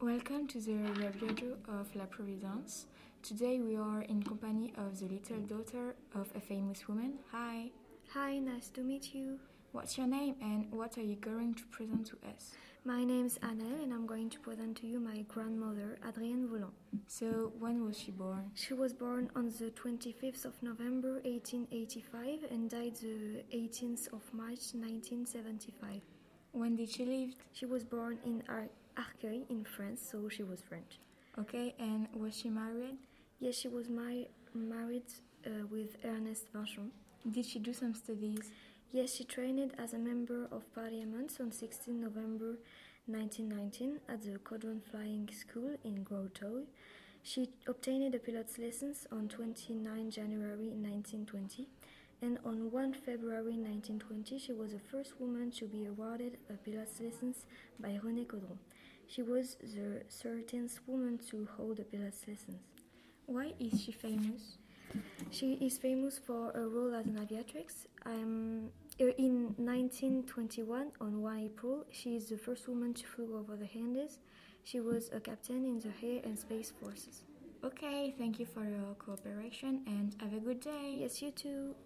Welcome to the Rabiajo of La Providence. Today we are in company of the little daughter of a famous woman. Hi, Hi, nice to meet you. what's your name and what are you going to present to us? My name's Annelle, and I'm going to present to you my grandmother, Adrienne Volant. So, when was she born? She was born on the 25th of November 1885 and died the 18th of March 1975. When did she live? She was born in Ar- Arcueil in France, so she was French. Okay, and was she married? Yes, she was mar- married uh, with Ernest Vinchon. Did she do some studies? Yes, she trained as a member of parliament on 16 November 1919 at the Codron Flying School in Grotoi. She obtained a pilot's license on 29 January 1920, and on 1 February 1920, she was the first woman to be awarded a pilot's license by René Codron. She was the 13th woman to hold a pilot's license. Why is she famous? She is famous for her role as an aviatrix. Um, in 1921, on 1 April, she is the first woman to flew over the Andes. She was a captain in the Air and Space Forces. Okay, thank you for your cooperation and have a good day. Yes, you too.